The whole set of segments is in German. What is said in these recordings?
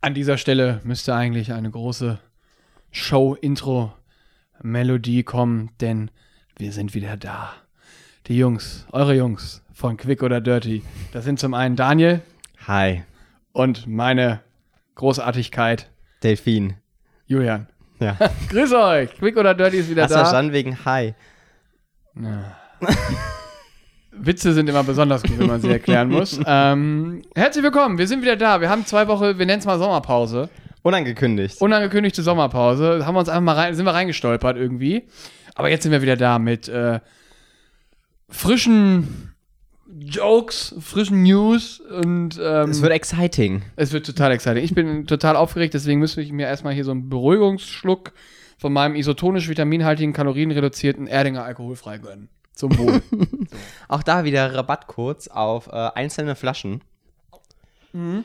An dieser Stelle müsste eigentlich eine große Show-Intro-Melodie kommen, denn wir sind wieder da. Die Jungs, eure Jungs von Quick oder Dirty, das sind zum einen Daniel Hi, und meine Großartigkeit Delfin. Julian. Ja. Grüß euch! Quick oder Dirty ist wieder Hast du da. verstanden wegen Hi? Ja. Witze sind immer besonders gut, wenn man sie erklären muss. Ähm, herzlich willkommen, wir sind wieder da. Wir haben zwei Wochen, wir nennen es mal Sommerpause. Unangekündigt. unangekündigte Sommerpause. Haben wir uns einfach mal rein, sind wir reingestolpert irgendwie. Aber jetzt sind wir wieder da mit äh, frischen Jokes, frischen News und ähm, es wird exciting. total exciting. Ich bin total aufgeregt, deswegen müsste ich mir erstmal hier so einen Beruhigungsschluck von meinem isotonisch vitaminhaltigen, kalorienreduzierten Erdinger alkoholfrei gönnen. Zum Wohl. Auch da wieder Rabattcodes auf äh, einzelne Flaschen. In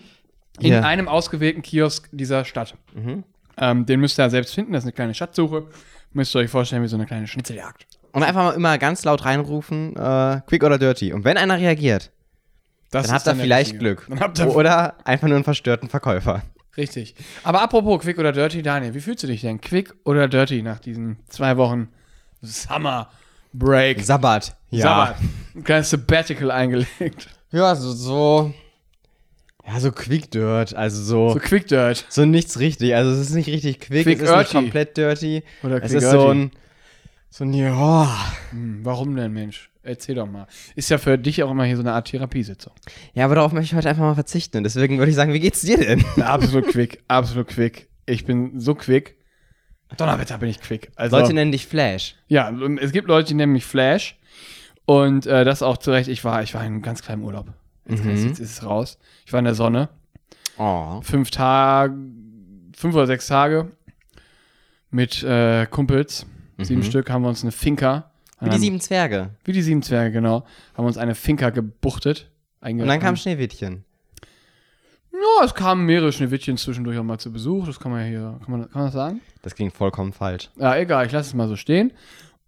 Ja. einem ausgewählten Kiosk dieser Stadt. Mhm. Ähm, den müsst ihr ja selbst finden, das ist eine kleine Schatzsuche. Müsst ihr euch vorstellen, wie so eine kleine Schnitzeljagd. Und einfach mal immer ganz laut reinrufen, äh, quick oder dirty. Und wenn einer reagiert, Das dann ist habt ihr der vielleicht richtige. Glück. Oh. Dann habt ihr oder einfach nur einen verstörten Verkäufer. Richtig. Aber apropos Quick oder Dirty, Daniel, wie fühlst du dich denn? Quick oder Dirty nach diesen zwei Wochen Summer Break? Sabbat. Sabbat. Ein kleines Sabbatical eingelegt. Ja, so, so. Ja, so quick dirt. Also so. So Quick Dirt. So nichts richtig. Also es ist nicht richtig quick, Quick es ist nicht dirty. komplett dirty. Oder es quick ist dirty. so ein so ein ja. Hm, warum denn, Mensch? Erzähl doch mal. Ist ja für dich auch immer hier so eine Art Therapiesitzung. Ja, aber darauf möchte ich heute einfach mal verzichten. Und deswegen würde ich sagen, wie geht's dir denn? absolut quick, absolut quick. Ich bin so quick. Donnerwetter bin ich quick. Also, Leute nennen dich Flash. Ja, es gibt Leute, die nennen mich Flash. Und äh, das auch zu Recht. Ich war, ich war in einem ganz kleinen Urlaub. Jetzt, Mhm. jetzt ist es raus. Ich war in der Sonne. Oh. fünf Tage, fünf oder sechs Tage mit äh, Kumpels. Sieben Mhm. Stück haben wir uns eine Finca. ähm, Wie die sieben Zwerge. wie die sieben Zwerge, genau. Haben uns eine Finca gebuchtet. Und dann kam Schneewittchen. Ja, es kamen mehrere Schneewittchen zwischendurch auch mal zu Besuch. Das kann man ja hier, kann man, kann man das sagen? Das klingt vollkommen falsch. Ja, egal, ich lasse es mal so stehen.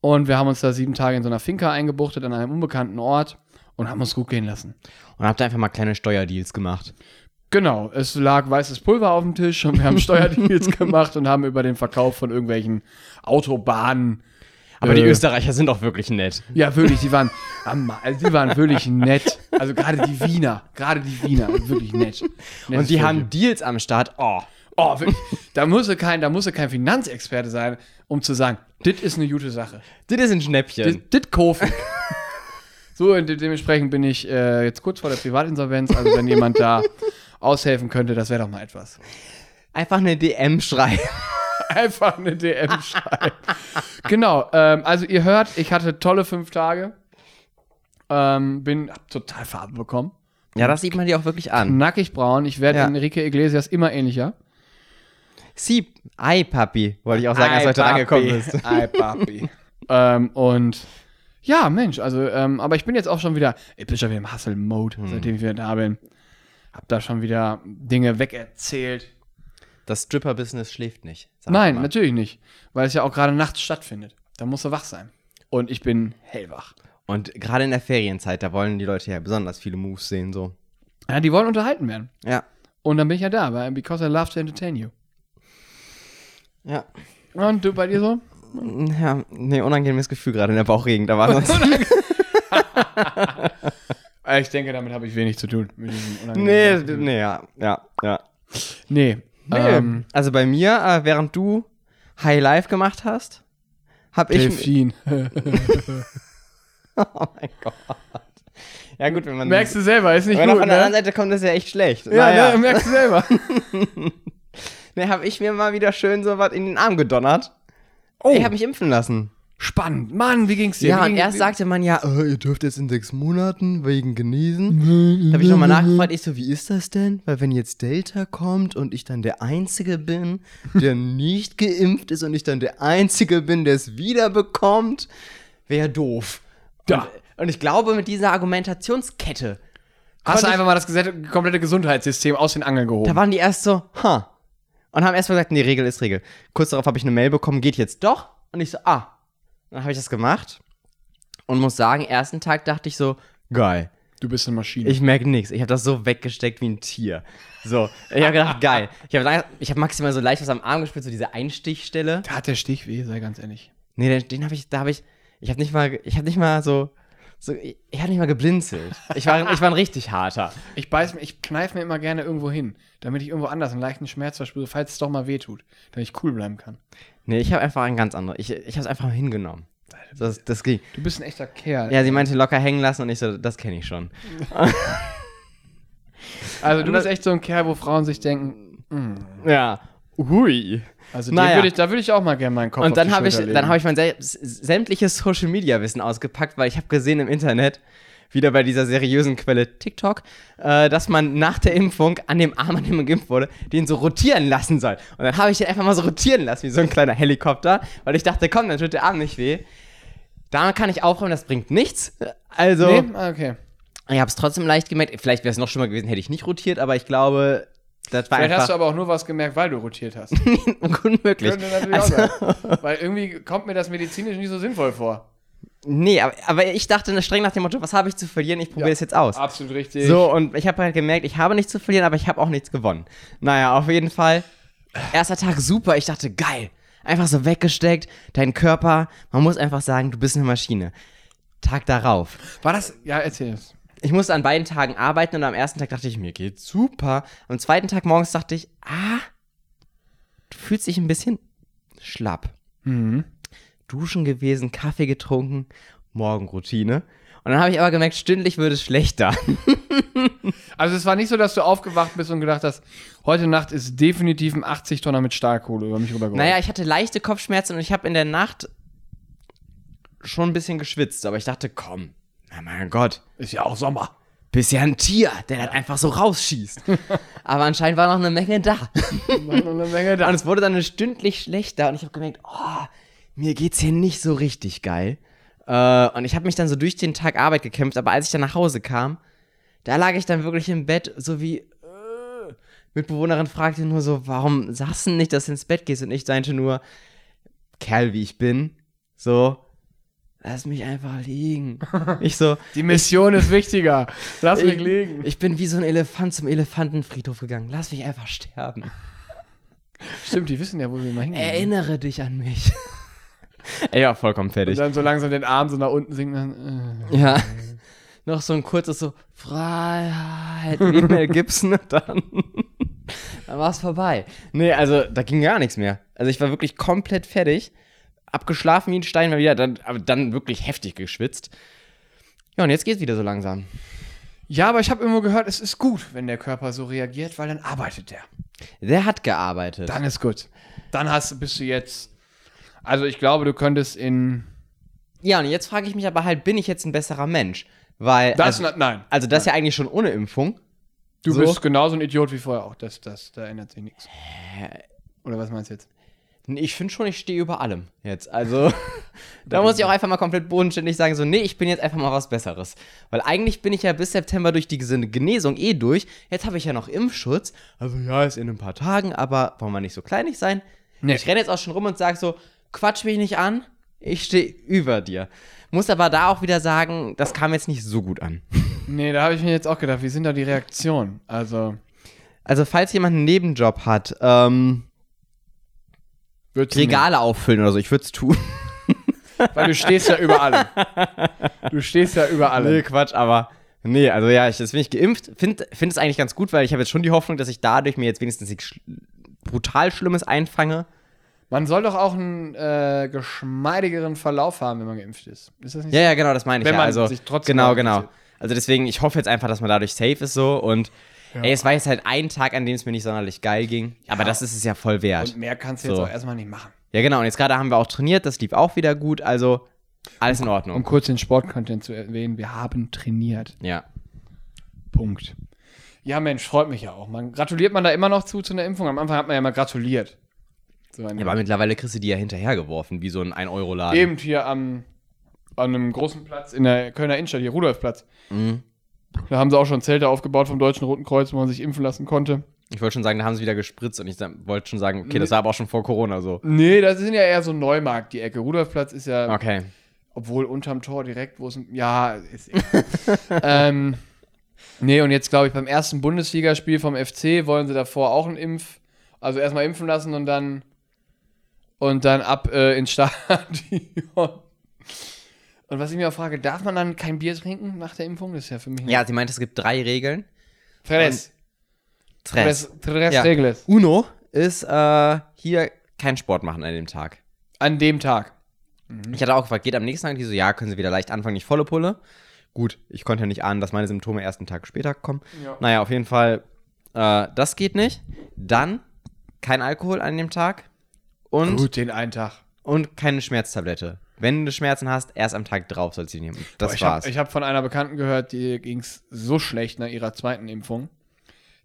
Und wir haben uns da sieben Tage in so einer Finca eingebuchtet, an einem unbekannten Ort und haben uns gut gehen lassen. Und habt einfach mal kleine Steuerdeals gemacht. Genau, es lag weißes Pulver auf dem Tisch und wir haben Steuerdeals gemacht und haben über den Verkauf von irgendwelchen Autobahnen Aber die Äh. Österreicher sind auch wirklich nett. Ja, wirklich, die waren, am- also die waren wirklich nett. Also gerade die Wiener, gerade die Wiener, wirklich nett. Und die haben Deals am Start. Oh. oh, wirklich, da muss er kein, da muss er kein Finanzexperte sein, um zu sagen, dit ist eine gute Sache. Das ist ein Schnäppchen. Dit, dit kaufe ich. Äh, So, und de dementsprechend bin ich äh, jetzt kurz vor der Privatinsolvenz, also wenn jemand da aushelfen könnte, das wäre doch mal etwas. Einfach eine DM schreien. Einfach eine DM schreiben. genau, ähm, also ihr hört, ich hatte tolle fünf Tage. Ähm, bin, hab total Farbe bekommen. Ja, das sieht man dir auch wirklich an. nackig braun. Ich werde Ja. Enrique Iglesias immer ähnlicher. Sieb. Ei, Papi. Wollte ich auch sagen, als du heute angekommen bist. Ei, Papi. ähm, und ja, Mensch, also, ähm, aber ich bin jetzt auch schon wieder, ich bin schon wieder im Hustle-Mode, seitdem ich wieder da bin. Hab da schon wieder Dinge wegerzählt. Das Stripper-Business schläft nicht. sag Nein, mal. natürlich nicht, weil es ja auch gerade nachts stattfindet. Da musst du wach sein. Und ich bin hellwach. Und gerade in der Ferienzeit, da wollen die Leute ja besonders viele Moves sehen, so. Ja, die wollen unterhalten werden. Ja. Und dann bin ich ja da, weil because I love to entertain you. Ja. Und du bei dir so? Ja, nee, unangenehmes Gefühl gerade in der Bauchgegend, aber sonst. Äh, Ich denke, damit habe ich wenig zu tun. Mit diesem nee, unangenehmen- nee, ja, ja, ja. Nee. Ähm, also bei mir, äh, während du High Life gemacht hast, hab ich. Delfin. Oh mein Gott. Ja, gut, wenn man. merkst du selber, ist nicht wenn man gut, von der anderen ne? Seite kommt, ist ja echt schlecht. Ja, ne, merkst du selber. Nee, hab ich mir mal wieder schön so was in den Arm gedonnert. Oh, Ich hab mich impfen lassen. spannend. Mann, wie ging's dir? Ja, Wie und ging- erst wie- sagte man ja, äh, ihr dürft jetzt in sechs Monaten wegen genesen. da habe ich nochmal nachgefragt, ich so, wie ist das denn? Weil wenn jetzt Delta kommt und ich dann der Einzige bin, der nicht geimpft ist und ich dann der Einzige bin, der es wieder bekommt, wäre doof. Ja. Und, und ich glaube, mit dieser Argumentationskette, Hast du konnte ich- einfach mal das gesamte- komplette Gesundheitssystem aus den Angeln gehoben? da waren die erst so, ha. Und haben erst mal gesagt, nee, Regel ist Regel. Kurz darauf habe ich eine Mail bekommen, geht jetzt doch. Und ich so, ah. Dann habe ich das gemacht. Und muss sagen, ersten Tag dachte ich so, geil. Du bist eine Maschine. Ich merke nichts. Ich habe das so weggesteckt wie ein Tier. So, ich habe gedacht, geil. Ich habe ich hab maximal so leicht was am Arm gespürt, so diese Einstichstelle. da hat der Stich weh, sei ganz ehrlich. Nee, den, den habe ich, da habe ich, ich habe nicht mal, ich habe nicht mal so, so ich, ich habe nicht mal geblinzelt. Ich war, ich war ein richtig harter. Ich beiß mir, ich kneife mir immer gerne irgendwo hin, damit ich irgendwo anders einen leichten Schmerz verspüre, falls es doch mal weh tut, damit ich cool bleiben kann. Nee, ich habe einfach ein ganz anderes. Ich, ich habe es einfach hingenommen. Das, das ging. Du bist ein echter Kerl. Ja, sie meinte locker hängen lassen und ich so, das kenne ich schon. also du bist echt so ein Kerl, wo Frauen sich denken, mm. Ja. Hui. also Naja. dir würd ich, da würde ich auch mal gerne meinen Kopf auf Und dann die habe ich, Schulter dann legen. habe ich mein sel- s- sämtliches Social Media Wissen ausgepackt, weil ich habe gesehen im Internet wieder bei dieser seriösen Quelle TikTok, äh, dass man nach der Impfung an dem Arm, an dem man geimpft wurde, den so rotieren lassen soll. Und dann habe ich den einfach mal so rotieren lassen, wie so ein kleiner Helikopter, weil ich dachte, komm, dann tut der Arm nicht weh. Daran kann ich aufräumen, das bringt nichts. Also, Nee? Ah, okay. ich habe es trotzdem leicht gemerkt. Vielleicht wäre es noch schlimmer gewesen, hätte ich nicht rotiert, aber ich glaube, das war Vielleicht hast du einfach aber auch nur was gemerkt, weil du rotiert hast. unmöglich. Könnte natürlich auch sein. Weil irgendwie kommt mir das medizinisch nicht so sinnvoll vor. Nee, aber, aber ich dachte streng nach dem Motto, was habe ich zu verlieren? Ich probiere es jetzt aus. Absolut richtig. So, und ich habe halt gemerkt, ich habe nichts zu verlieren, aber ich habe auch nichts gewonnen. Naja, auf jeden Fall. Erster Tag super, ich dachte, geil. Einfach so weggesteckt, dein Körper, man muss einfach sagen, du bist eine Maschine. Tag darauf. War das? Ja, erzähl es. Ich musste an beiden Tagen arbeiten und am ersten Tag dachte ich, mir geht's super. Am zweiten Tag morgens dachte ich, ah, du fühlst dich ein bisschen schlapp. Duschen gewesen, Kaffee getrunken, Morgenroutine. Und dann habe ich aber gemerkt, stündlich würde es schlechter. Also es war nicht so, dass du aufgewacht bist und gedacht hast, heute Nacht ist definitiv ein 80-Tonner mit Stahlkohle über mich rübergeholt. Naja, ich hatte leichte Kopfschmerzen und ich habe in der Nacht schon ein bisschen geschwitzt, aber ich dachte, komm, na mein Gott, ist ja auch Sommer. bist ja ein Tier, der dann einfach so rausschießt. aber anscheinend war noch eine Menge da. War noch eine Menge da. Und es wurde dann stündlich schlechter und ich habe gemerkt, oh, mir geht's hier nicht so richtig geil. Äh, und ich habe mich dann so durch den Tag Arbeit gekämpft, aber als ich dann nach Hause kam, da lag ich dann wirklich im Bett, so wie äh, Mitbewohnerin fragte nur so, warum sagst du nicht, dass du ins Bett gehst? Und ich meinte nur, Kerl, wie ich bin, so, lass mich einfach liegen. Ich so, Die Mission ist wichtiger. Lass mich liegen. ich, ich bin wie so ein Elefant zum Elefantenfriedhof gegangen, lass mich einfach sterben. Stimmt, die wissen ja, wo wir mal hingehen. Erinnere dich an mich. Ey, ja, vollkommen Und fertig. dann so langsam den Arm so nach unten sinken. Dann, äh. Ja. Noch so ein kurzes so Freiheit wie Mel Gibson und dann, dann war es vorbei. Nee, also da ging gar nichts mehr. Also ich war wirklich komplett fertig, abgeschlafen wie ein Stein, mal wieder dann, aber dann wirklich heftig geschwitzt. Ja, und jetzt geht's wieder so langsam. Ja, aber ich habe irgendwo gehört, es ist gut, wenn der Körper so reagiert, weil dann arbeitet der. Der hat gearbeitet. Dann ist gut. Dann hast, bist du jetzt. Also ich glaube, du könntest in. Ja, und jetzt frage ich mich aber halt, bin ich jetzt ein besserer Mensch? Weil Das, also, na- nein. also das ja eigentlich schon ohne Impfung. Du So? bist genauso ein Idiot wie vorher auch. Das, das, da ändert sich nichts. Oder was meinst du jetzt? Nee, Ich finde schon, ich stehe über allem jetzt. Also, da muss ich auch einfach mal komplett bodenständig sagen, so, nee, ich bin jetzt einfach mal was Besseres. Weil eigentlich bin ich ja bis September durch die Ges- Genesung eh durch. Jetzt habe ich ja noch Impfschutz. Also, ja, ist in ein paar Tagen, aber wollen wir nicht so kleinig sein? Nee. Ich renne jetzt auch schon rum und sage so, quatsch mich nicht an, ich stehe über dir. Muss aber da auch wieder sagen, das kam jetzt nicht so gut an. Nee, da habe ich mir jetzt auch gedacht, wie sind da die Reaktionen? Also, Also, falls jemand einen Nebenjob hat, ähm, würdest du Regale auffüllen oder so, ich würde es tun. nehmen? Weil du stehst ja über allem. Du stehst ja über Nee, allem. Quatsch, aber. Nee, also ja, ich, jetzt bin ich geimpft. Finde find es eigentlich ganz gut, weil ich habe jetzt schon die Hoffnung, dass ich dadurch mir jetzt wenigstens nichts schl- brutal Schlimmes einfange. Man soll doch auch einen äh, geschmeidigeren Verlauf haben, wenn man geimpft ist. Ist das nicht Ja, ja, genau, das meine ich Wenn ja. man also, sich trotzdem genau, noch genau. infiziert. Also deswegen, ich hoffe jetzt einfach, dass man dadurch safe ist so und ey, es war jetzt halt ein Tag, an dem es mir nicht sonderlich geil ging. Aber das ist es ja voll wert. so? Und mehr kannst du jetzt So. auch erstmal nicht machen. ja, genau. Und jetzt gerade haben wir auch trainiert, das lief auch wieder gut, also alles in Um Ordnung. kurz den Sportcontent zu erwähnen, wir haben trainiert. Ja. Punkt. Ja, Mensch, freut mich ja auch. Man, gratuliert man da immer noch zu, zu einer Impfung? Am Anfang hat man ja mal gratuliert. So an- ja. Aber mittlerweile kriegst du die ja hinterhergeworfen, wie so ein 1-Euro-Laden. eben hier am, an einem großen Platz in der Kölner Innenstadt, hier Rudolfplatz. Da haben sie auch schon Zelte aufgebaut vom Deutschen Roten Kreuz, wo man sich impfen lassen konnte. Ich wollte schon sagen, da haben sie wieder gespritzt und ich sa- wollte schon sagen, okay, das war aber auch schon vor Corona so. Nee, das sind ja eher so Neumarkt, die Ecke. Rudolfplatz ist ja, Okay. um, obwohl unterm Tor direkt, wo es. Ja, ist. eh- ähm, Nee, und jetzt glaube ich, beim ersten Bundesligaspiel vom FC wollen sie davor auch einen Impf. Also erstmal impfen lassen und dann. Und dann ab äh, ins Stadion. Und was ich mir auch frage, darf man dann kein Bier trinken nach der Impfung? Das ist ja für mich. Ja, sie meint, es gibt drei Regeln. Tres. Stress. Tres, tres Ja. Regles. Uno ist äh, hier kein Sport machen an dem Tag. An dem Tag. Ich hatte auch gefragt, geht am nächsten Tag? Die so, ja, können sie wieder leicht anfangen, nicht volle Pulle. Gut, ich konnte ja nicht ahnen, dass meine Symptome erst einen Tag später kommen. Ja. Naja, auf jeden Fall, äh, das geht nicht. Dann kein Alkohol an dem Tag und, Gut, den einen Tag. und keine Schmerztablette. Wenn du Schmerzen hast, erst am Tag drauf sollst du die nehmen. Das Boah, ich war's. Hab, ich habe von einer Bekannten gehört, die ging es so schlecht nach ihrer zweiten Impfung,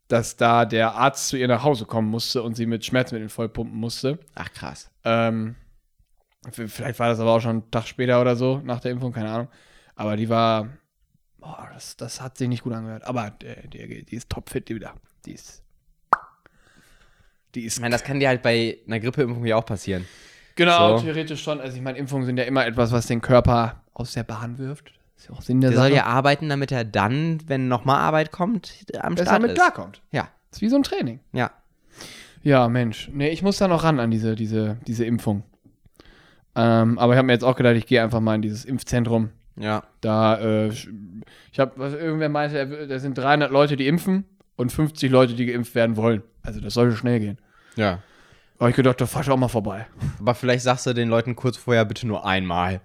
dass da der Arzt zu ihr nach Hause kommen musste und sie mit Schmerzmitteln vollpumpen musste. Ach krass. Ähm, v- vielleicht war das aber auch schon einen Tag später oder so nach der Impfung, keine Ahnung. Aber die war, boah, das, das hat sich nicht gut angehört. Aber äh, die, die ist topfit, die wieder. Die ist. Die ist. Ich meine, das kann dir halt bei einer Grippeimpfung ja auch passieren. genau, so. theoretisch schon. Also, ich meine, Impfungen sind ja immer etwas, was den Körper aus der Bahn wirft. Ist ja auch Sinn der, Der Sache. soll ja arbeiten, damit er dann, wenn nochmal Arbeit kommt, am besser Start damit ist. klarkommt. Ja, Ist wie so ein Training. ja. Ja, Mensch. Nee, ich muss da noch ran an diese, diese, diese Impfung. Ähm, aber ich habe mir jetzt auch gedacht, ich gehe einfach mal in dieses Impfzentrum. Ja. Da, äh, ich habe, was irgendwer meinte, er will- da sind 300 Leute, die impfen und 50 Leute, die geimpft werden wollen. Also das sollte schnell gehen. Ja. Aber ich gedacht, da fahr ich auch mal vorbei. Aber vielleicht sagst du den Leuten kurz vorher bitte nur einmal.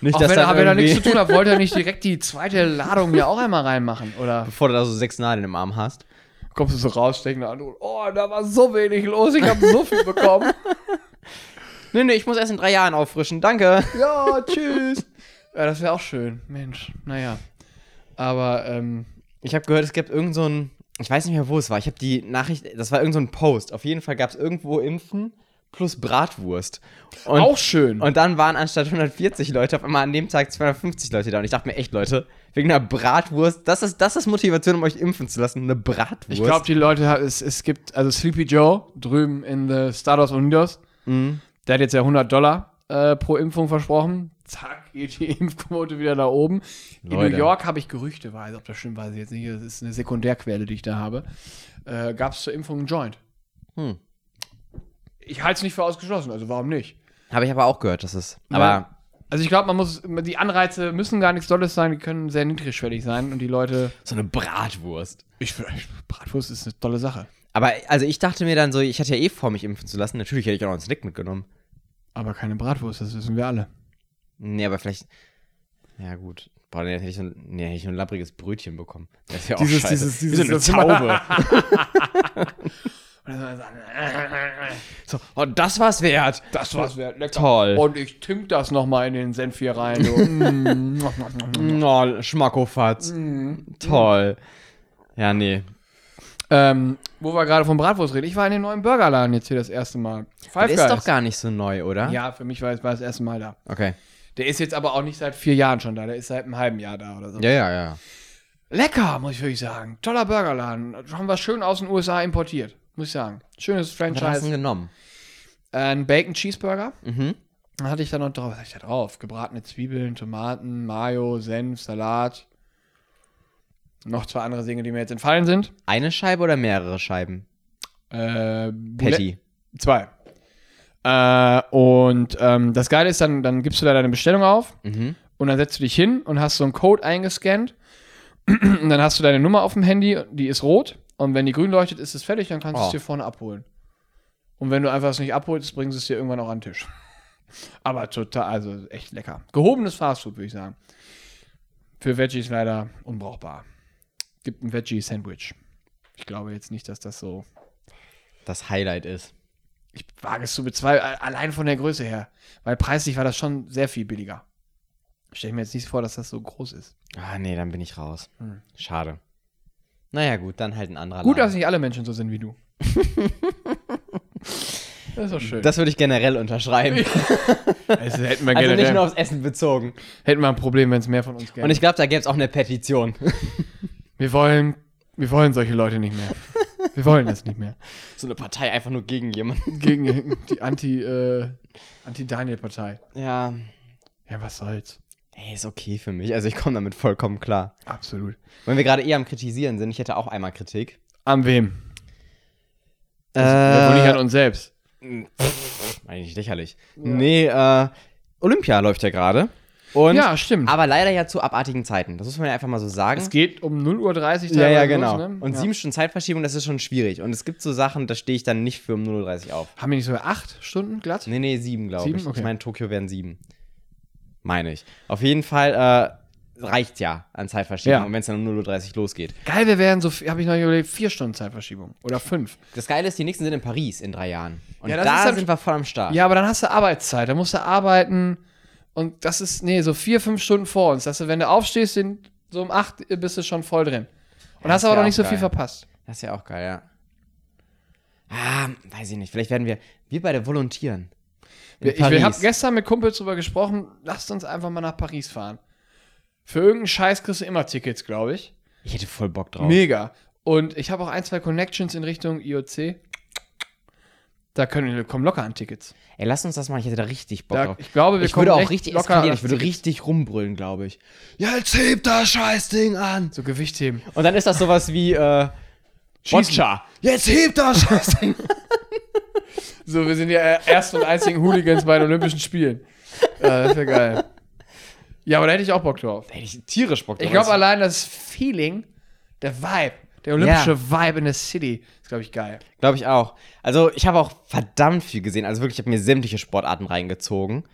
Nicht, auch wenn, dann er- wenn er irgendwie- nichts zu tun hat, wollte er nicht direkt die zweite Ladung hier auch einmal reinmachen. Oder Bevor du da so sechs Nadeln im Arm hast. kommst du so raus, steckst eine an, oh, da war so wenig los, ich habe so viel bekommen. Nee, nee, ich muss erst in drei Jahren auffrischen. Danke. Ja, tschüss. ja, das wäre auch schön. Mensch, naja. Aber, ähm, Ich habe gehört, es gibt irgend so ein, ich weiß nicht mehr, wo es war. Ich habe die Nachricht, das war irgend so ein Post. Auf jeden Fall gab es irgendwo Impfen plus Bratwurst. Und, auch schön. und dann waren anstatt 140 Leute auf einmal an dem Tag 250 Leute da. Und ich dachte mir echt, Leute, wegen einer Bratwurst, das ist, das ist Motivation, um euch impfen zu lassen. Eine Bratwurst. Ich glaube, die Leute, ha- es, es gibt, also Sleepy Joe drüben in the Stardust Unidos, Mhm. der hat jetzt ja 100 Dollar äh, pro Impfung versprochen. Zack, geht die Impfquote wieder da oben. In Leute. New York habe ich gerüchteweise, ob das stimmt, weiß ich jetzt nicht, das ist eine Sekundärquelle, die ich da habe, äh, gab es zur Impfung einen Joint. Hm. Ich halte es nicht für ausgeschlossen, also warum nicht? Habe ich aber auch gehört, dass es. Ja. Aber Also ich glaube, man muss, die Anreize müssen gar nichts Dolles sein, die können sehr niedrigschwellig sein und die Leute, so eine Bratwurst. ich, Bratwurst ist eine tolle Sache. Aber also ich dachte mir dann so, ich hatte ja eh vor, mich impfen zu lassen. Natürlich hätte ich auch noch einen Snack mitgenommen. Aber keine Bratwurst, das wissen wir alle. Nee, aber vielleicht. Ja, gut. Boah, dann hätte ich so ein, nee, hätte ich nur ein labbriges Brötchen bekommen. Das wäre auch Dieses- scheiße. dieses- Wie dieses- so eine Taube. Und dann soll man sagen, so, oh, das war's wert. Das war's wert. Lecker. Toll. Und ich tink das nochmal in den Senf hier rein. Du. Oh, Schmackofatz. Mhm. Toll. Ja, nee. ähm, wo wir gerade vom Bratwurst reden. Ich war in dem neuen Burgerladen jetzt hier das erste Mal. Five Der ist doch gar nicht so neu, oder? Ja, für mich war es war das erste Mal da. Okay. Der ist jetzt aber auch nicht seit vier Jahren schon da. Der ist seit einem halben Jahr da oder so. Ja, ja, ja. Lecker, muss ich wirklich sagen. Toller Burgerladen. Haben wir schön aus den USA importiert. Muss ich sagen. Schönes Was hast du denn Franchise. genommen? Äh, Ein Bacon Cheeseburger. Mhm. Dann hatte ich da noch drauf. Was hatte ich da drauf? Gebratene Zwiebeln, Tomaten, Mayo, Senf, Salat. Noch zwei andere Dinge, die mir jetzt entfallen sind. Eine Scheibe oder mehrere Scheiben? Äh, Boule- Patty. Zwei. Äh, und ähm, das Geile ist, dann, dann gibst du da deine Bestellung auf Mhm. und dann setzt du dich hin und hast so einen Code eingescannt. Und dann hast du deine Nummer auf dem Handy, die ist rot. Und wenn die grün leuchtet, ist es fertig, dann kannst du Oh. es dir vorne abholen. Und wenn du einfach es nicht abholst, bringen sie es dir irgendwann auch an den Tisch. Aber total, also echt lecker. Gehobenes Fastfood, würde ich sagen. Für Veggies leider unbrauchbar. Gibt ein Veggie-Sandwich. Ich glaube jetzt nicht, dass das so Das Highlight ist. ich wage es zu bezweifeln, a- allein von der Größe her. Weil preislich war das schon sehr viel billiger. Stell ich mir jetzt nicht vor, dass das so groß ist. Ah, nee, dann bin ich raus. Hm. Schade. Naja, gut, dann halt ein anderer Gut, dass Laden. nicht alle Menschen so sind wie du. das ist doch schön. Das würde ich generell unterschreiben. also hätten wir Also nicht generell nur aufs Essen bezogen. hätten wir ein Problem, wenn es mehr von uns gäbe. Und ich glaube, da gäbe es auch eine Petition. wir, wollen, wir wollen solche Leute nicht mehr. Wir wollen das nicht mehr. so eine Partei einfach nur gegen jemanden. Gegen die Anti, äh, Anti-Daniel-Partei. Ja. Ja, was soll's. Ey, ist okay für mich. Also ich komme damit vollkommen klar. Absolut. Wenn wir gerade eher am Kritisieren sind, ich hätte auch einmal Kritik. An wem? Also, äh, nicht an uns selbst. Eigentlich lächerlich. Nee, äh, Olympia läuft ja gerade. Und, Ja, stimmt. Aber leider ja zu abartigen Zeiten. Das muss man ja einfach mal so sagen. Es geht um 0.30 Uhr teilweise ja, ja, los, genau. ne? Und ja. sieben Stunden Zeitverschiebung, das ist schon schwierig. Und es gibt so Sachen, da stehe ich dann nicht für um 0.30 Uhr auf. Haben wir nicht sogar acht Stunden glatt? Nee, nee, sieben, glaube Sieben? ich. Okay. Ich meine, Tokio wären sieben. Meine ich. Auf jeden Fall äh, reicht ja an Zeitverschiebung. Ja. Und wenn es dann um 0.30 Uhr losgeht. Geil, wir wären so, habe ich noch nicht überlegt, vier Stunden Zeitverschiebung. Oder fünf. Das Geile ist, die nächsten sind in Paris in drei Jahren. Und Ja, das ist da dann- sind wir voll am Start. Ja, aber dann hast du Arbeitszeit, dann musst du arbeiten. Und das ist, nee, so vier, fünf Stunden vor uns. Dass du, wenn du aufstehst, sind, so um acht bist du schon voll drin. Und Ja, hast ist aber ja noch nicht auch so geil. viel verpasst. Das ist ja auch geil, ja. Ah, weiß ich nicht. Vielleicht werden wir, wir beide volontieren. In Wir- Ich habe gestern mit Kumpels drüber gesprochen, lasst uns einfach mal nach Paris fahren. Für irgendeinen Scheiß kriegst du immer Tickets, glaube ich. ich hätte voll Bock drauf. Mega. Und ich habe auch ein, zwei Connections in Richtung IOC. Da können wir kommen locker an Tickets. Ey, lass uns das machen. Ich hätte da richtig Bock Da, drauf. ich glaube, wir Ich kommen würde auch echt richtig locker eskalieren. an Ich würde Tickets. richtig rumbrüllen, glaube ich. Ja, jetzt heb das Scheißding an. so Gewicht heben. Und dann ist das sowas wie, äh, Schießen. Boccia. Jetzt heb das Scheißding. So, wir sind ja äh, erst und einzigen Hooligans bei den Olympischen Spielen. Äh, das wäre geil. Ja, aber da hätte ich auch Bock drauf. Ey, ich tierisch Bock drauf. Ich glaube, allein das Feeling, der Vibe, der olympische Vibe in der City, ist, glaube ich, geil. Glaube ich auch. Also, ich habe auch verdammt viel gesehen. Also wirklich, ich habe mir sämtliche Sportarten reingezogen.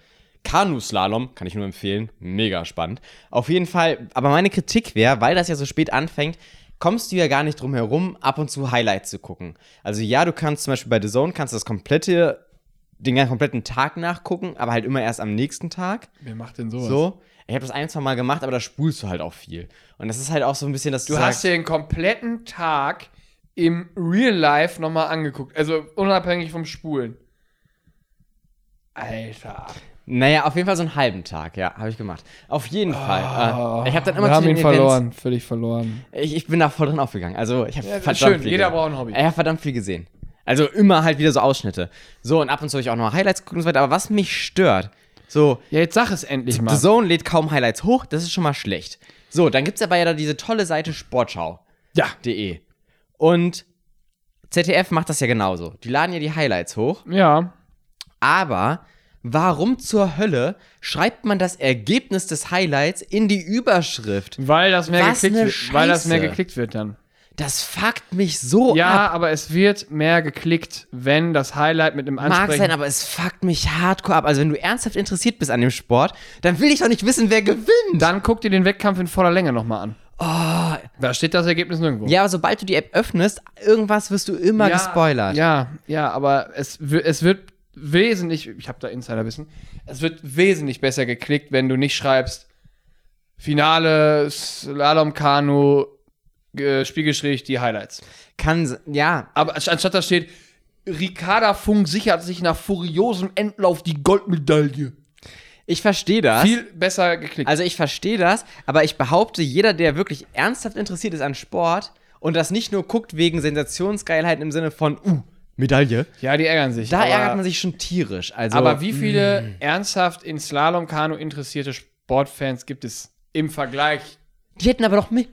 Kanuslalom kann ich nur empfehlen. Mega spannend. Auf jeden Fall, aber meine Kritik wäre, weil das ja so spät anfängt, kommst du ja gar nicht drum herum, ab und zu Highlights zu gucken. Also ja, du kannst zum Beispiel bei The Zone kannst du das komplette, den ganzen kompletten Tag nachgucken, aber halt immer erst am nächsten Tag. Wer macht denn sowas? So. Ich habe das ein, zwei Mal gemacht, aber da spulst du halt auch viel. Und das ist halt auch so ein bisschen, dass du, Du sagst, hast dir den kompletten Tag im Real Life nochmal angeguckt. Also unabhängig vom Spulen. Alter. Naja, auf jeden Fall so einen halben Tag, ja, habe ich gemacht. Auf jeden Fall. Äh, ich habe dann Ah, Wir immer zu haben den ihn Events- verloren, völlig verloren. Ich, ich bin da voll drin aufgegangen. Also ich habe Ja, verdammt schön, viel jeder gesehen. braucht ein Hobby. Ich habe verdammt viel gesehen. Also immer halt wieder so Ausschnitte. So, und ab und zu habe ich auch noch Highlights gucken und so weiter. Aber was mich stört, so, Ja, jetzt sag es endlich mal. The Zone lädt kaum Highlights hoch, das ist schon mal schlecht. So, dann gibt's aber ja da diese tolle Seite Sportschau.de. Ja. Und ZDF macht das ja genauso. Die laden ja die Highlights hoch. Ja. Aber warum zur Hölle schreibt man das Ergebnis des Highlights in die Überschrift? Weil das mehr Was geklickt eine wird. Weil das mehr Scheiße. geklickt wird dann. Das fuckt mich so ab. Ja, aber es wird mehr geklickt, wenn das Highlight mit einem Mag Ansprechen. sein, aber es fuckt mich hardcore ab. Also wenn du ernsthaft interessiert bist an dem Sport, dann will ich doch nicht wissen, wer gewinnt. dann guck dir den Wettkampf in voller Länge nochmal an. Da steht das Ergebnis nirgendwo. Oh. ja, aber sobald du die App öffnest, irgendwas wirst du immer gespoilert. Ja, ja, aber es, wi- es wird wesentlich, ich habe da Insiderwissen, es wird wesentlich besser geklickt, wenn du nicht schreibst, Finale, Slalom, Kanu, äh, Spiegelstrich, die Highlights. Kann, s- ja, Aber anst- anstatt da steht, Ricarda Funk sichert sich nach furiosem Endlauf die Goldmedaille. ich verstehe das. Viel besser geklickt. Also ich verstehe das, aber ich behaupte, jeder, der wirklich ernsthaft interessiert ist an Sport und das nicht nur guckt wegen Sensationsgeilheit im Sinne von, uh, Medaille, ja, die ärgern sich. da aber- ärgert man sich schon tierisch. Also, Aber wie viele ernsthaft in Slalom-Kanu interessierte Sportfans gibt es im Vergleich? Die hätten aber doch mich.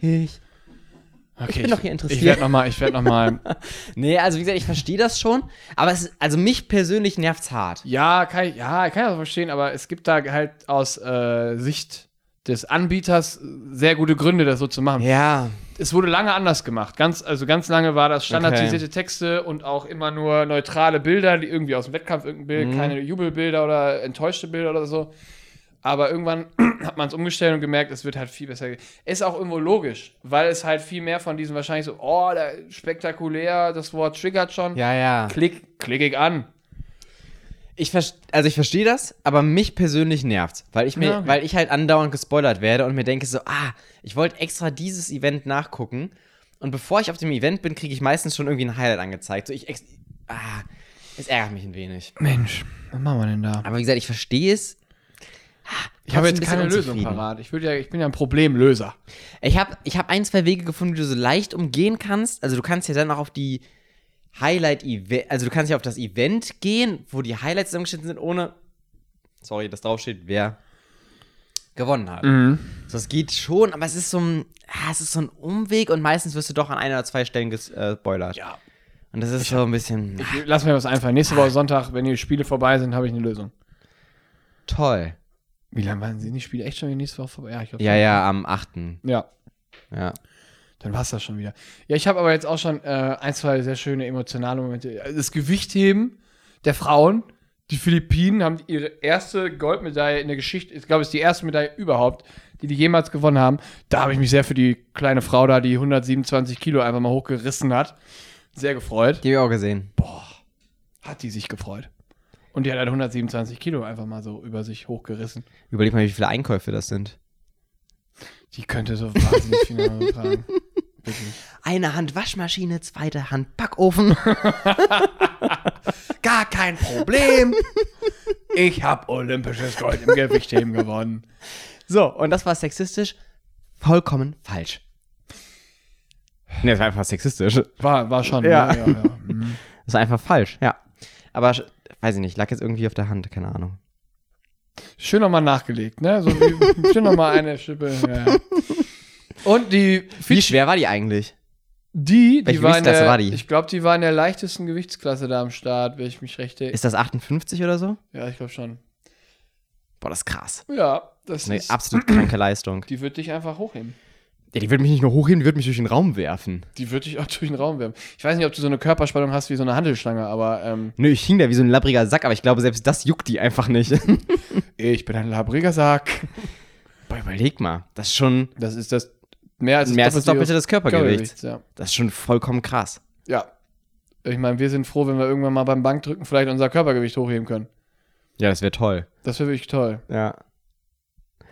Okay, bin doch hier interessiert. Ich werde nochmal, ich werde nochmal. Nee, also wie gesagt, ich verstehe das schon, aber es ist, also mich persönlich nervt's hart. ja, kann ich, ja, ich kann das verstehen, aber es gibt da halt aus äh, Sicht des Anbieters sehr gute Gründe, das so zu machen. Ja. Es wurde lange anders gemacht. Ganz, also ganz lange war das standardisierte Texte und auch immer nur neutrale Bilder, die irgendwie aus dem Wettkampf irgendein Bild, keine Jubelbilder oder enttäuschte Bilder oder so. Aber irgendwann hat man es umgestellt und gemerkt, es wird halt viel besser. ge- Ist auch irgendwo logisch, weil es halt viel mehr von diesem wahrscheinlich so, oh, da, spektakulär, das Wort triggert schon. Ja, ja. Klick, klick ich an. Ich vers- also ich verstehe das, aber mich persönlich nervt's, weil ich mir, Ja, okay. weil ich halt andauernd gespoilert werde und mir denke so, ah, ich wollte extra dieses Event nachgucken und bevor ich auf dem Event bin, kriege ich meistens schon irgendwie ein Highlight angezeigt. So ich ex ah, es ärgert mich ein wenig. Mensch, was machen wir denn da? Aber wie gesagt, ich verstehe es. Ah, Ich habe trotzdem ein jetzt bisschen keine Lösung unzufrieden. parat. Ich, würde ja, ich bin ja ein Problemlöser. Ich habe ich hab ein, zwei Wege gefunden, wie du so leicht umgehen kannst. Also du kannst ja dann auch auf die Highlight-Event, also du kannst ja auf das Event gehen, wo die Highlights zusammengeschnitten sind, ohne, sorry, dass draufsteht, wer gewonnen habe. Mhm. So, es geht schon, aber es ist so ein, ah, es ist so ein Umweg und meistens wirst du doch an ein oder zwei Stellen gespoilert. Ja. Und das ist so ein bisschen ah, Ich- Lass mir was einfallen. Nächste Woche Sonntag, wenn die Spiele vorbei sind, habe ich eine Lösung. toll. Wie lange waren sind die Spiele echt schon wieder nächste Woche vorbei? Ja, ich glaube. Ja, ja, am 8. Ja, Ja. dann war es das schon wieder. Ja, ich habe aber jetzt auch schon äh, ein, zwei sehr schöne emotionale Momente. Also Das Gewichtheben der Frauen. Die Philippinen haben ihre erste Goldmedaille in der Geschichte, ich glaube, es ist die erste Medaille überhaupt, die die jemals gewonnen haben. Da habe ich mich sehr für die kleine Frau da, die 127 Kilo einfach mal hochgerissen hat, sehr gefreut. Die habe ich auch gesehen. Boah, hat die sich gefreut. Und die hat halt 127 Kilo einfach mal so über sich hochgerissen. Überleg mal, wie viele Einkäufe das sind. Die könnte so wahnsinnig viel mehr tragen. Wirklich. Eine Hand Waschmaschine, zweite Hand Backofen. Gar kein Problem. Ich habe olympisches Gold im Gewichtheben gewonnen. So, und das war sexistisch. Vollkommen falsch. Ne, das war einfach sexistisch. War, war schon. Ja. ne? ja, ja. Mhm. Das war einfach falsch, ja. Aber sch- weiß ich nicht, lag jetzt irgendwie auf der Hand, keine Ahnung. Schön nochmal nachgelegt, ne? So wie, schön nochmal eine Schippe. Ja. ja. Und die Wie Fidschi, schwer war die eigentlich? die, die welche war in der, Gewichtsklasse war die? ich glaube, die war in der leichtesten Gewichtsklasse da am Start, wenn ich mich recht erinnere. Ist das 58 oder so? Ja, ich glaube schon. Boah, das ist krass. Ja, das Eine ist absolut kranke Leistung. Die wird dich einfach hochheben. Ja, die würde mich nicht nur hochheben, die würde mich durch den Raum werfen. Die wird dich auch durch den Raum werfen. Ich weiß nicht, ob du so eine Körperspannung hast wie so eine Handelsschlange, aber ähm, Nö, ich hing da wie so ein labbriger Sack, aber ich glaube, selbst das juckt die einfach nicht. ich bin ein labriger Sack. Boah, überleg mal. Das ist schon, Das ist das mehr als Mehr als Also das Doppelte des Körpergewichts. Ja. das ist schon vollkommen krass. ja. Ich meine, wir sind froh, wenn wir irgendwann mal beim Bankdrücken vielleicht unser Körpergewicht hochheben können. Ja, das wäre toll. Das wäre wirklich toll. Ja.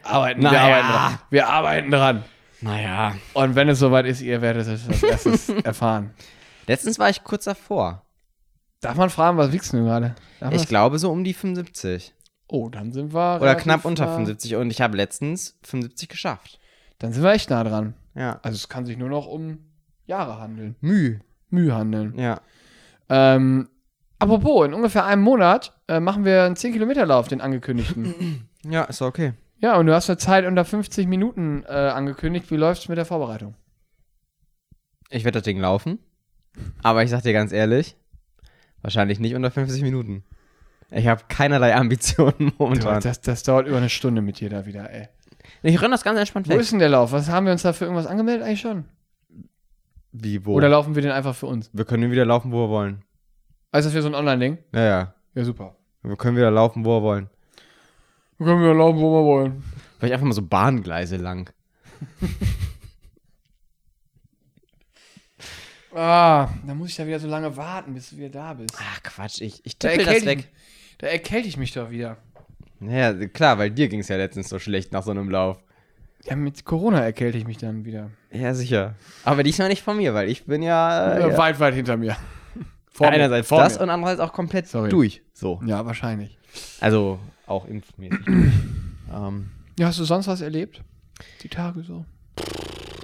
Arbeiten, wir, Naja. arbeiten dran. wir arbeiten dran. Naja. Und wenn es soweit ist, ihr werdet es als erstes erfahren. Letztens war ich kurz davor. Darf man fragen, was wiegst du denn gerade? Darf Ich man's- glaube so um die 75. oh, dann sind wir. Oder relativ knapp unter nah- 75. Und ich habe letztens 75 geschafft. Dann sind wir echt nah dran. Ja. Also es kann sich nur noch um Jahre handeln. Müh. Mühe handeln. Ja. Ähm, apropos, in ungefähr einem Monat äh, machen wir einen 10-Kilometer-Lauf, den angekündigten. Ja, ist okay. ja, und du hast eine Zeit unter 50 Minuten äh, angekündigt. Wie läuft's mit der Vorbereitung? Ich werde das Ding laufen. Aber ich sag dir ganz ehrlich, wahrscheinlich nicht unter 50 Minuten. Ich habe keinerlei Ambitionen momentan. Das, das dauert über eine Stunde mit dir da wieder, ey. Ich renne das ganz entspannt Wo weg. ist denn der Lauf? Was haben wir uns da für irgendwas angemeldet eigentlich schon? Wie, wo? Oder laufen wir den einfach für uns? wir können wieder laufen, wo wir wollen. Also das wäre so ein Online-Ding? Naja. Ja, super. Wir können wieder laufen, wo wir wollen. Dann können wir laufen, wo wir wollen. Vielleicht einfach mal so Bahngleise lang. Ah, dann muss ich da wieder so lange warten, bis du wieder da bist. Ach, Quatsch, ich, ich Da tippel das erkälte- weg. Da erkälte ich mich doch wieder. Naja, klar, weil dir ging es ja letztens so schlecht nach so einem Lauf. Ja, mit Corona erkälte ich mich dann wieder. Ja, sicher. Aber diesmal nicht von mir, weil ich bin ja, äh, Äh, ja. Weit, weit hinter mir. Vor mir, einerseits vor das mir. und andererseits auch komplett Sorry. durch. So. Ja, wahrscheinlich. Also auch impfmäßig. ähm, Ja, hast du sonst was erlebt? Die Tage so.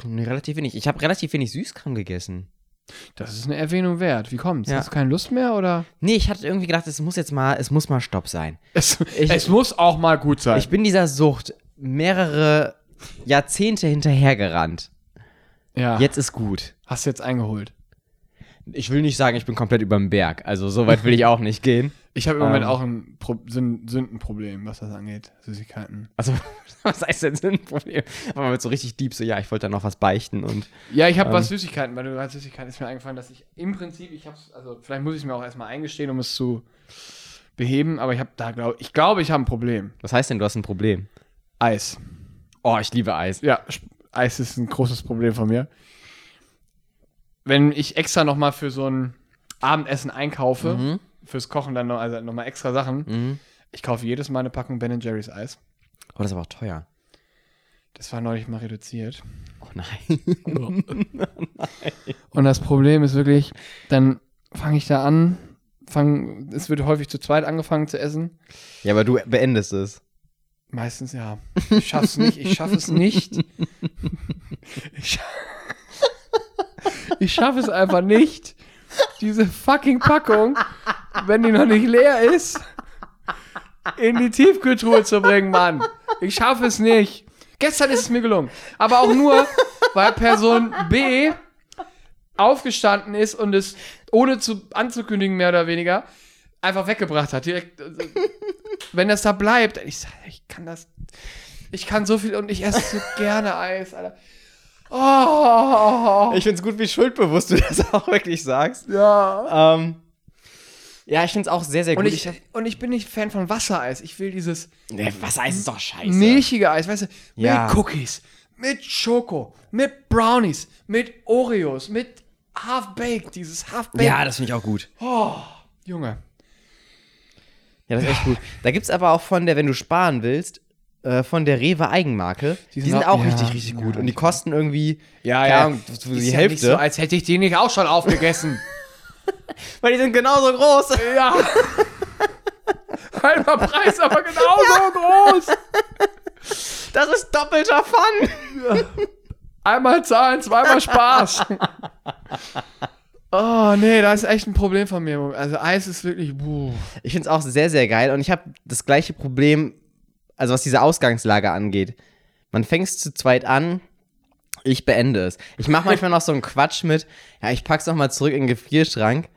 nee, relativ wenig. Ich habe relativ wenig Süßkram gegessen. Das ist eine Erwähnung wert. Wie kommt's? Ja. Hast du keine Lust mehr oder? Nee, ich hatte irgendwie gedacht, es muss jetzt mal, es muss mal Stopp sein. Es, Ich- es muss auch mal gut sein. Ich bin dieser Sucht mehrere Jahrzehnte hinterhergerannt. ja. Jetzt ist gut. Hast du jetzt eingeholt? Ich will nicht sagen, ich bin komplett über dem Berg. Also so weit will ich auch nicht gehen. Ich habe im Moment Ähm. auch ein Pro Sün- Sündenproblem, was das angeht. Süßigkeiten. Also, was heißt denn Sinnproblem? Aber man wird so richtig deep, so, ja, ich wollte da noch was beichten und. Ja, ich habe was Süßigkeiten, weil du gerade Süßigkeiten ist mir eingefallen, dass ich im Prinzip, ich hab's, also vielleicht muss ich mir auch erstmal eingestehen, um es zu beheben, aber ich habe da glaube ich glaube, ich habe ein Problem. Was heißt denn, du hast ein Problem? Eis. Oh, ich liebe Eis. Ja, Sp- Eis ist ein großes Problem von mir. Wenn ich extra noch mal für so ein Abendessen einkaufe, Mhm, fürs Kochen dann noch, also noch mal extra Sachen, ich kaufe jedes Mal eine Packung Ben Jerry's Eis. Oh, das ist aber auch teuer. Das war neulich mal reduziert. Oh nein. Und das Problem ist wirklich, dann fange ich da an, fang, es wird häufig zu zweit angefangen zu essen. Ja, aber du beendest es. Meistens ja. Ich schaff's nicht, ich schaff es nicht. Ich, scha- ich schaff es einfach nicht, diese fucking Packung, wenn die noch nicht leer ist, in die Tiefkühltruhe zu bringen, Mann. Ich schaffe es nicht. Gestern ist es mir gelungen. Aber auch nur, weil Person B aufgestanden ist und es ohne zu anzukündigen, mehr oder weniger, einfach weggebracht hat. Direkt, also, wenn das da bleibt, ich sag, ich kann das, ich kann so viel und ich esse so gerne Eis, Alter. Oh, Ich find's gut, wie schuldbewusst du das auch wirklich sagst. ja. Ähm, ja, ich find's auch sehr, sehr gut. Und ich, und ich bin nicht Fan von Wassereis. Ich will dieses nee, was heißt es doch scheiße? milchige Eis, weißt du, Ja. mit Cookies, mit Schoko, mit Brownies, mit Oreos, mit Half-Baked, dieses Half-Baked. Ja, das finde ich auch gut. Oh, Junge. Ja, das ist echt gut. Da gibt's aber auch von der, wenn du sparen willst, äh, von der Rewe Eigenmarke. Die sind, auch, ja, richtig, richtig gut. ja, Und die kosten irgendwie, Ja, keine ja. Ahnung, so Ist die ja nicht Hälfte. so, als hätte ich den nicht auch schon aufgegessen. weil die sind genauso groß. ja. Halber Preis, aber genauso groß. Das ist doppelter Fun. Einmal zahlen, zweimal Spaß. oh, nee, da ist echt ein Problem von mir. Also Eis ist wirklich. Buh. Ich finde es auch sehr, sehr geil und ich habe das gleiche Problem, also was diese Ausgangslage angeht. Man fängt zu zweit an, ich beende es. Ich mache manchmal noch so einen Quatsch mit, ja, ich pack's nochmal zurück in den Gefrierschrank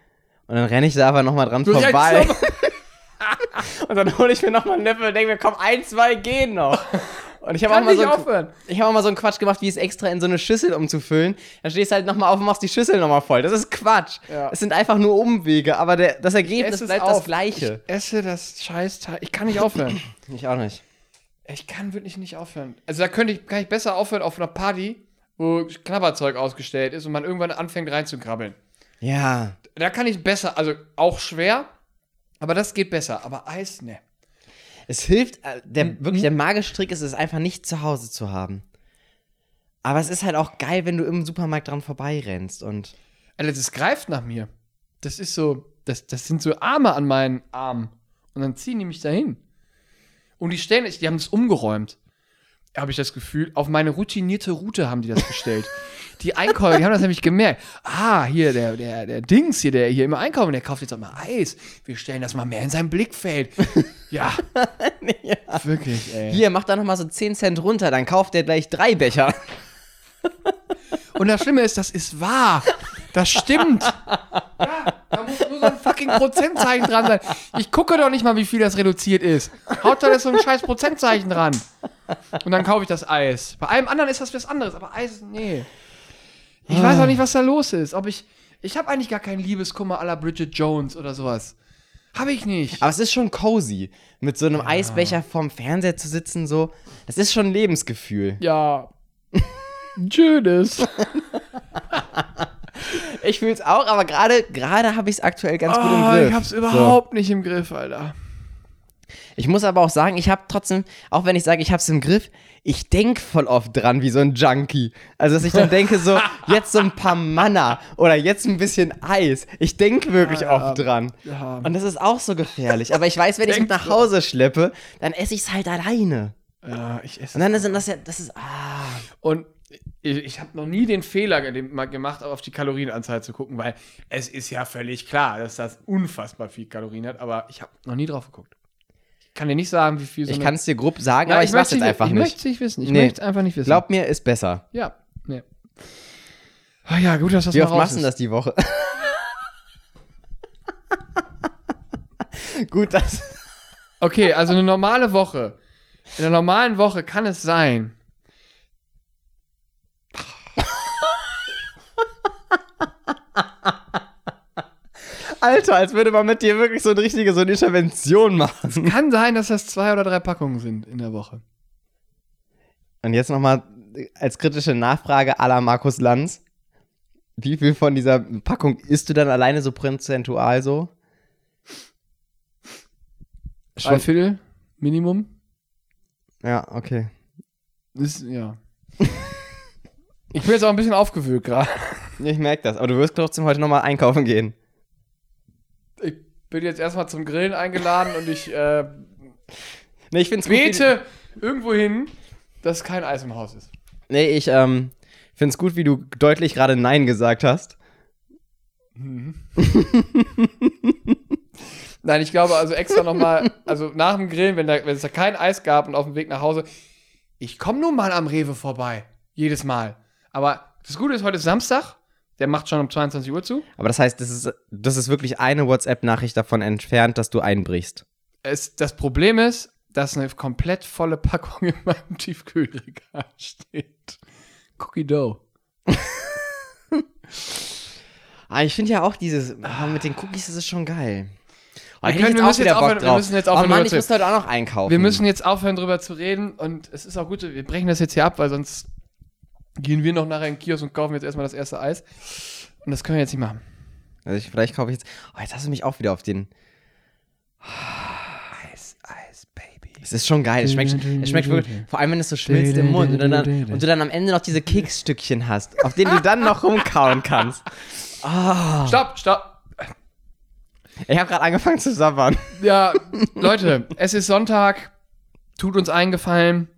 und dann renne ich da aber nochmal dran rennst vorbei. noch und dann hole ich mir nochmal einen Löffel und denke mir, komm, ein, zwei gehen noch. Und ich habe auch Kann mal nicht so einen- aufhören. ich habe auch mal so einen Quatsch gemacht, wie es extra in so eine Schüssel umzufüllen. Dann stehst du halt nochmal auf und machst die Schüssel nochmal voll. Das ist Quatsch. Ja. Es sind einfach nur Umwege, aber der, das Ergebnis es bleibt auf. das gleiche. Ich esse das Scheißteil. Ich kann nicht aufhören. Ich auch nicht. Ich kann wirklich nicht aufhören. Also da könnte ich, kann ich besser aufhören auf einer Party, wo Knabberzeug ausgestellt ist und man irgendwann anfängt reinzukrabbeln. Ja. Da kann ich besser, also auch schwer, aber das geht besser. Aber Eis, ne. Es hilft, äh, der, Mhm. wirklich der magische Trick ist es, einfach nicht zu Hause zu haben. Aber es ist halt auch geil, wenn du im Supermarkt dran vorbeirennst und. Alter, das greift nach mir. Das ist so, das, das sind so Arme an meinen Armen. Und dann ziehen die mich dahin. Und die stellen, die haben das umgeräumt. Habe ich das Gefühl, auf meine routinierte Route haben die das gestellt. die Einkäufer, die haben das nämlich gemerkt. Ah, hier, der, der, der Dings hier, der hier immer einkauft, der kauft jetzt auch mal Eis. Wir stellen das mal mehr in sein Blickfeld. ja. Wirklich, ey. Hier, mach da nochmal so 10 Cent runter, dann kauft der gleich drei Becher. Und das Schlimme ist, das ist wahr. Das stimmt. Ja, da muss nur so ein fucking Prozentzeichen dran sein. Ich gucke doch nicht mal, wie viel das reduziert ist. Hauptsache, da ist so ein scheiß Prozentzeichen dran. Und dann kaufe ich das Eis. Bei allem anderen ist das was anderes, aber Eis, nee. Ich weiß auch nicht, was da los ist. Ob ich, ich habe eigentlich gar keinen Liebeskummer à la Bridget Jones oder sowas. Habe ich nicht. Aber es ist schon cozy, mit so einem Eisbecher vorm Fernseher zu sitzen, so. Das ist schon ein Lebensgefühl. Ja. Schönes. Ich fühl's auch, aber gerade gerade habe ich es aktuell ganz gut im Oh, Griff. ich hab's überhaupt nicht im Griff, Alter. Ich muss aber auch sagen, ich habe trotzdem, auch wenn ich sage, ich habe es im Griff, ich denk voll oft dran wie so ein Junkie. Also, dass ich dann denke, so, jetzt so ein paar Manna oder jetzt ein bisschen Eis. Ich denk wirklich oft dran. Ja. Und das ist auch so gefährlich. Aber ich weiß, wenn ich es Denkst nach du? Hause schleppe, dann esse ich es halt alleine. Ja, ich esse Und dann sind das ja, das ist, ah. Und ich, ich habe noch nie den Fehler ge- mal gemacht, auf die Kalorienanzahl zu gucken, weil es ist ja völlig klar, dass das unfassbar viel Kalorien hat, aber ich habe noch nie drauf geguckt. Ich kann dir nicht sagen, wie viel so Ich eine- kann es dir grob sagen, Ja, aber ich, mach's möchte jetzt nicht- einfach ich Ich möchte nicht. es nicht wissen. Ich Nee. möchte es einfach nicht wissen. Glaub mir, ist besser. Ja, nee. Ah ja, gut, dass das Wie mal oft raus machst du denn ist. das die Woche? Gut, das. Okay, also eine normale Woche. In einer normalen Woche kann es sein. Alter, als würde man mit dir wirklich so eine richtige, so eine Intervention machen. Kann sein, dass das zwei oder drei Packungen sind in der Woche. Und jetzt nochmal als kritische Nachfrage à la Markus Lanz. Wie viel von dieser Packung isst du dann alleine so prozentual so? Schon- Ein Viertel Minimum. Ja, okay. Ist, ja. ich bin jetzt auch ein bisschen aufgewühlt gerade. Ich merke das. Aber du wirst trotzdem heute nochmal einkaufen gehen. ich bin jetzt erstmal zum Grillen eingeladen und ich äh, Nee, ich find's gut, wie- bete irgendwo hin, dass kein Eis im Haus ist. Nee, ich ähm, find's gut, wie du deutlich gerade Nein gesagt hast. Nein, ich glaube also extra nochmal, also nach dem Grillen, wenn, da, wenn es da kein Eis gab und auf dem Weg nach Hause, ich komme nun mal am Rewe vorbei. Jedes Mal. Aber das Gute ist, heute ist Samstag. Der macht schon um 22 Uhr zu. Aber das heißt, das ist, das ist wirklich eine WhatsApp-Nachricht davon entfernt, dass du einbrichst. Es, das Problem ist, dass eine komplett volle Packung in meinem Tiefkühlregal steht. Cookie Dough. Ah, ich finde ja auch dieses, ah, mit den Cookies das ist schon geil. Oh, Wir hätte ich können- wir müssen wieder jetzt Bock aufhören- wir drauf. müssen jetzt aufhören, Oh Mann, Leute. ich muss heute auch noch einkaufen. Wir müssen jetzt aufhören, drüber zu reden. Und es ist auch gut, so, wir brechen das jetzt hier ab, weil sonst gehen wir noch nachher in den Kiosk und kaufen jetzt erstmal das erste Eis. Und das können wir jetzt nicht machen. Also ich, vielleicht kaufe ich jetzt. Oh, jetzt hast du mich auch wieder auf den. Eis, Eis, Baby. Es ist schon geil. Es schmeckt, es schmeckt wirklich. Vor allem, wenn es so schmilzt im Mund und, dann, und du dann am Ende noch diese Keksstückchen hast, auf denen du dann noch rumkauen kannst. Stopp, stopp. Ich habe gerade angefangen zu sabbern. Ja, Leute, es ist Sonntag. Tut uns einen Gefallen.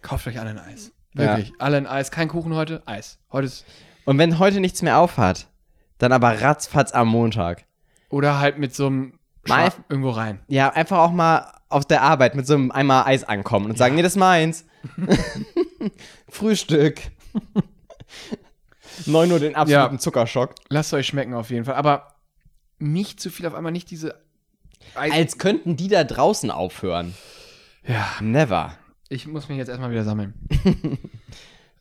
Kauft euch alle ein Eis. Wirklich, alle ein Eis. Kein Kuchen heute, Eis. Heute ist. Und wenn heute nichts mehr auf hat, dann aber ratzfatz am Montag. Oder halt mit so einem Mal- Schaf irgendwo rein. Ja, einfach auch mal auf der Arbeit mit so einem einmal Eis ankommen und sagen, nee, das ist meins. Frühstück. 9 Uhr den absoluten Ja. Zuckerschock. Lasst euch schmecken auf jeden Fall. Aber nicht zu viel auf einmal, nicht diese. Eis Als könnten die da draußen aufhören. ja. Never. Ich muss mich jetzt erstmal wieder sammeln.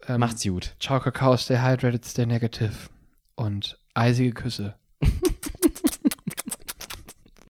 ähm, Macht's gut. Ciao, Kakao, stay hydrated, stay negative. Und eisige Küsse.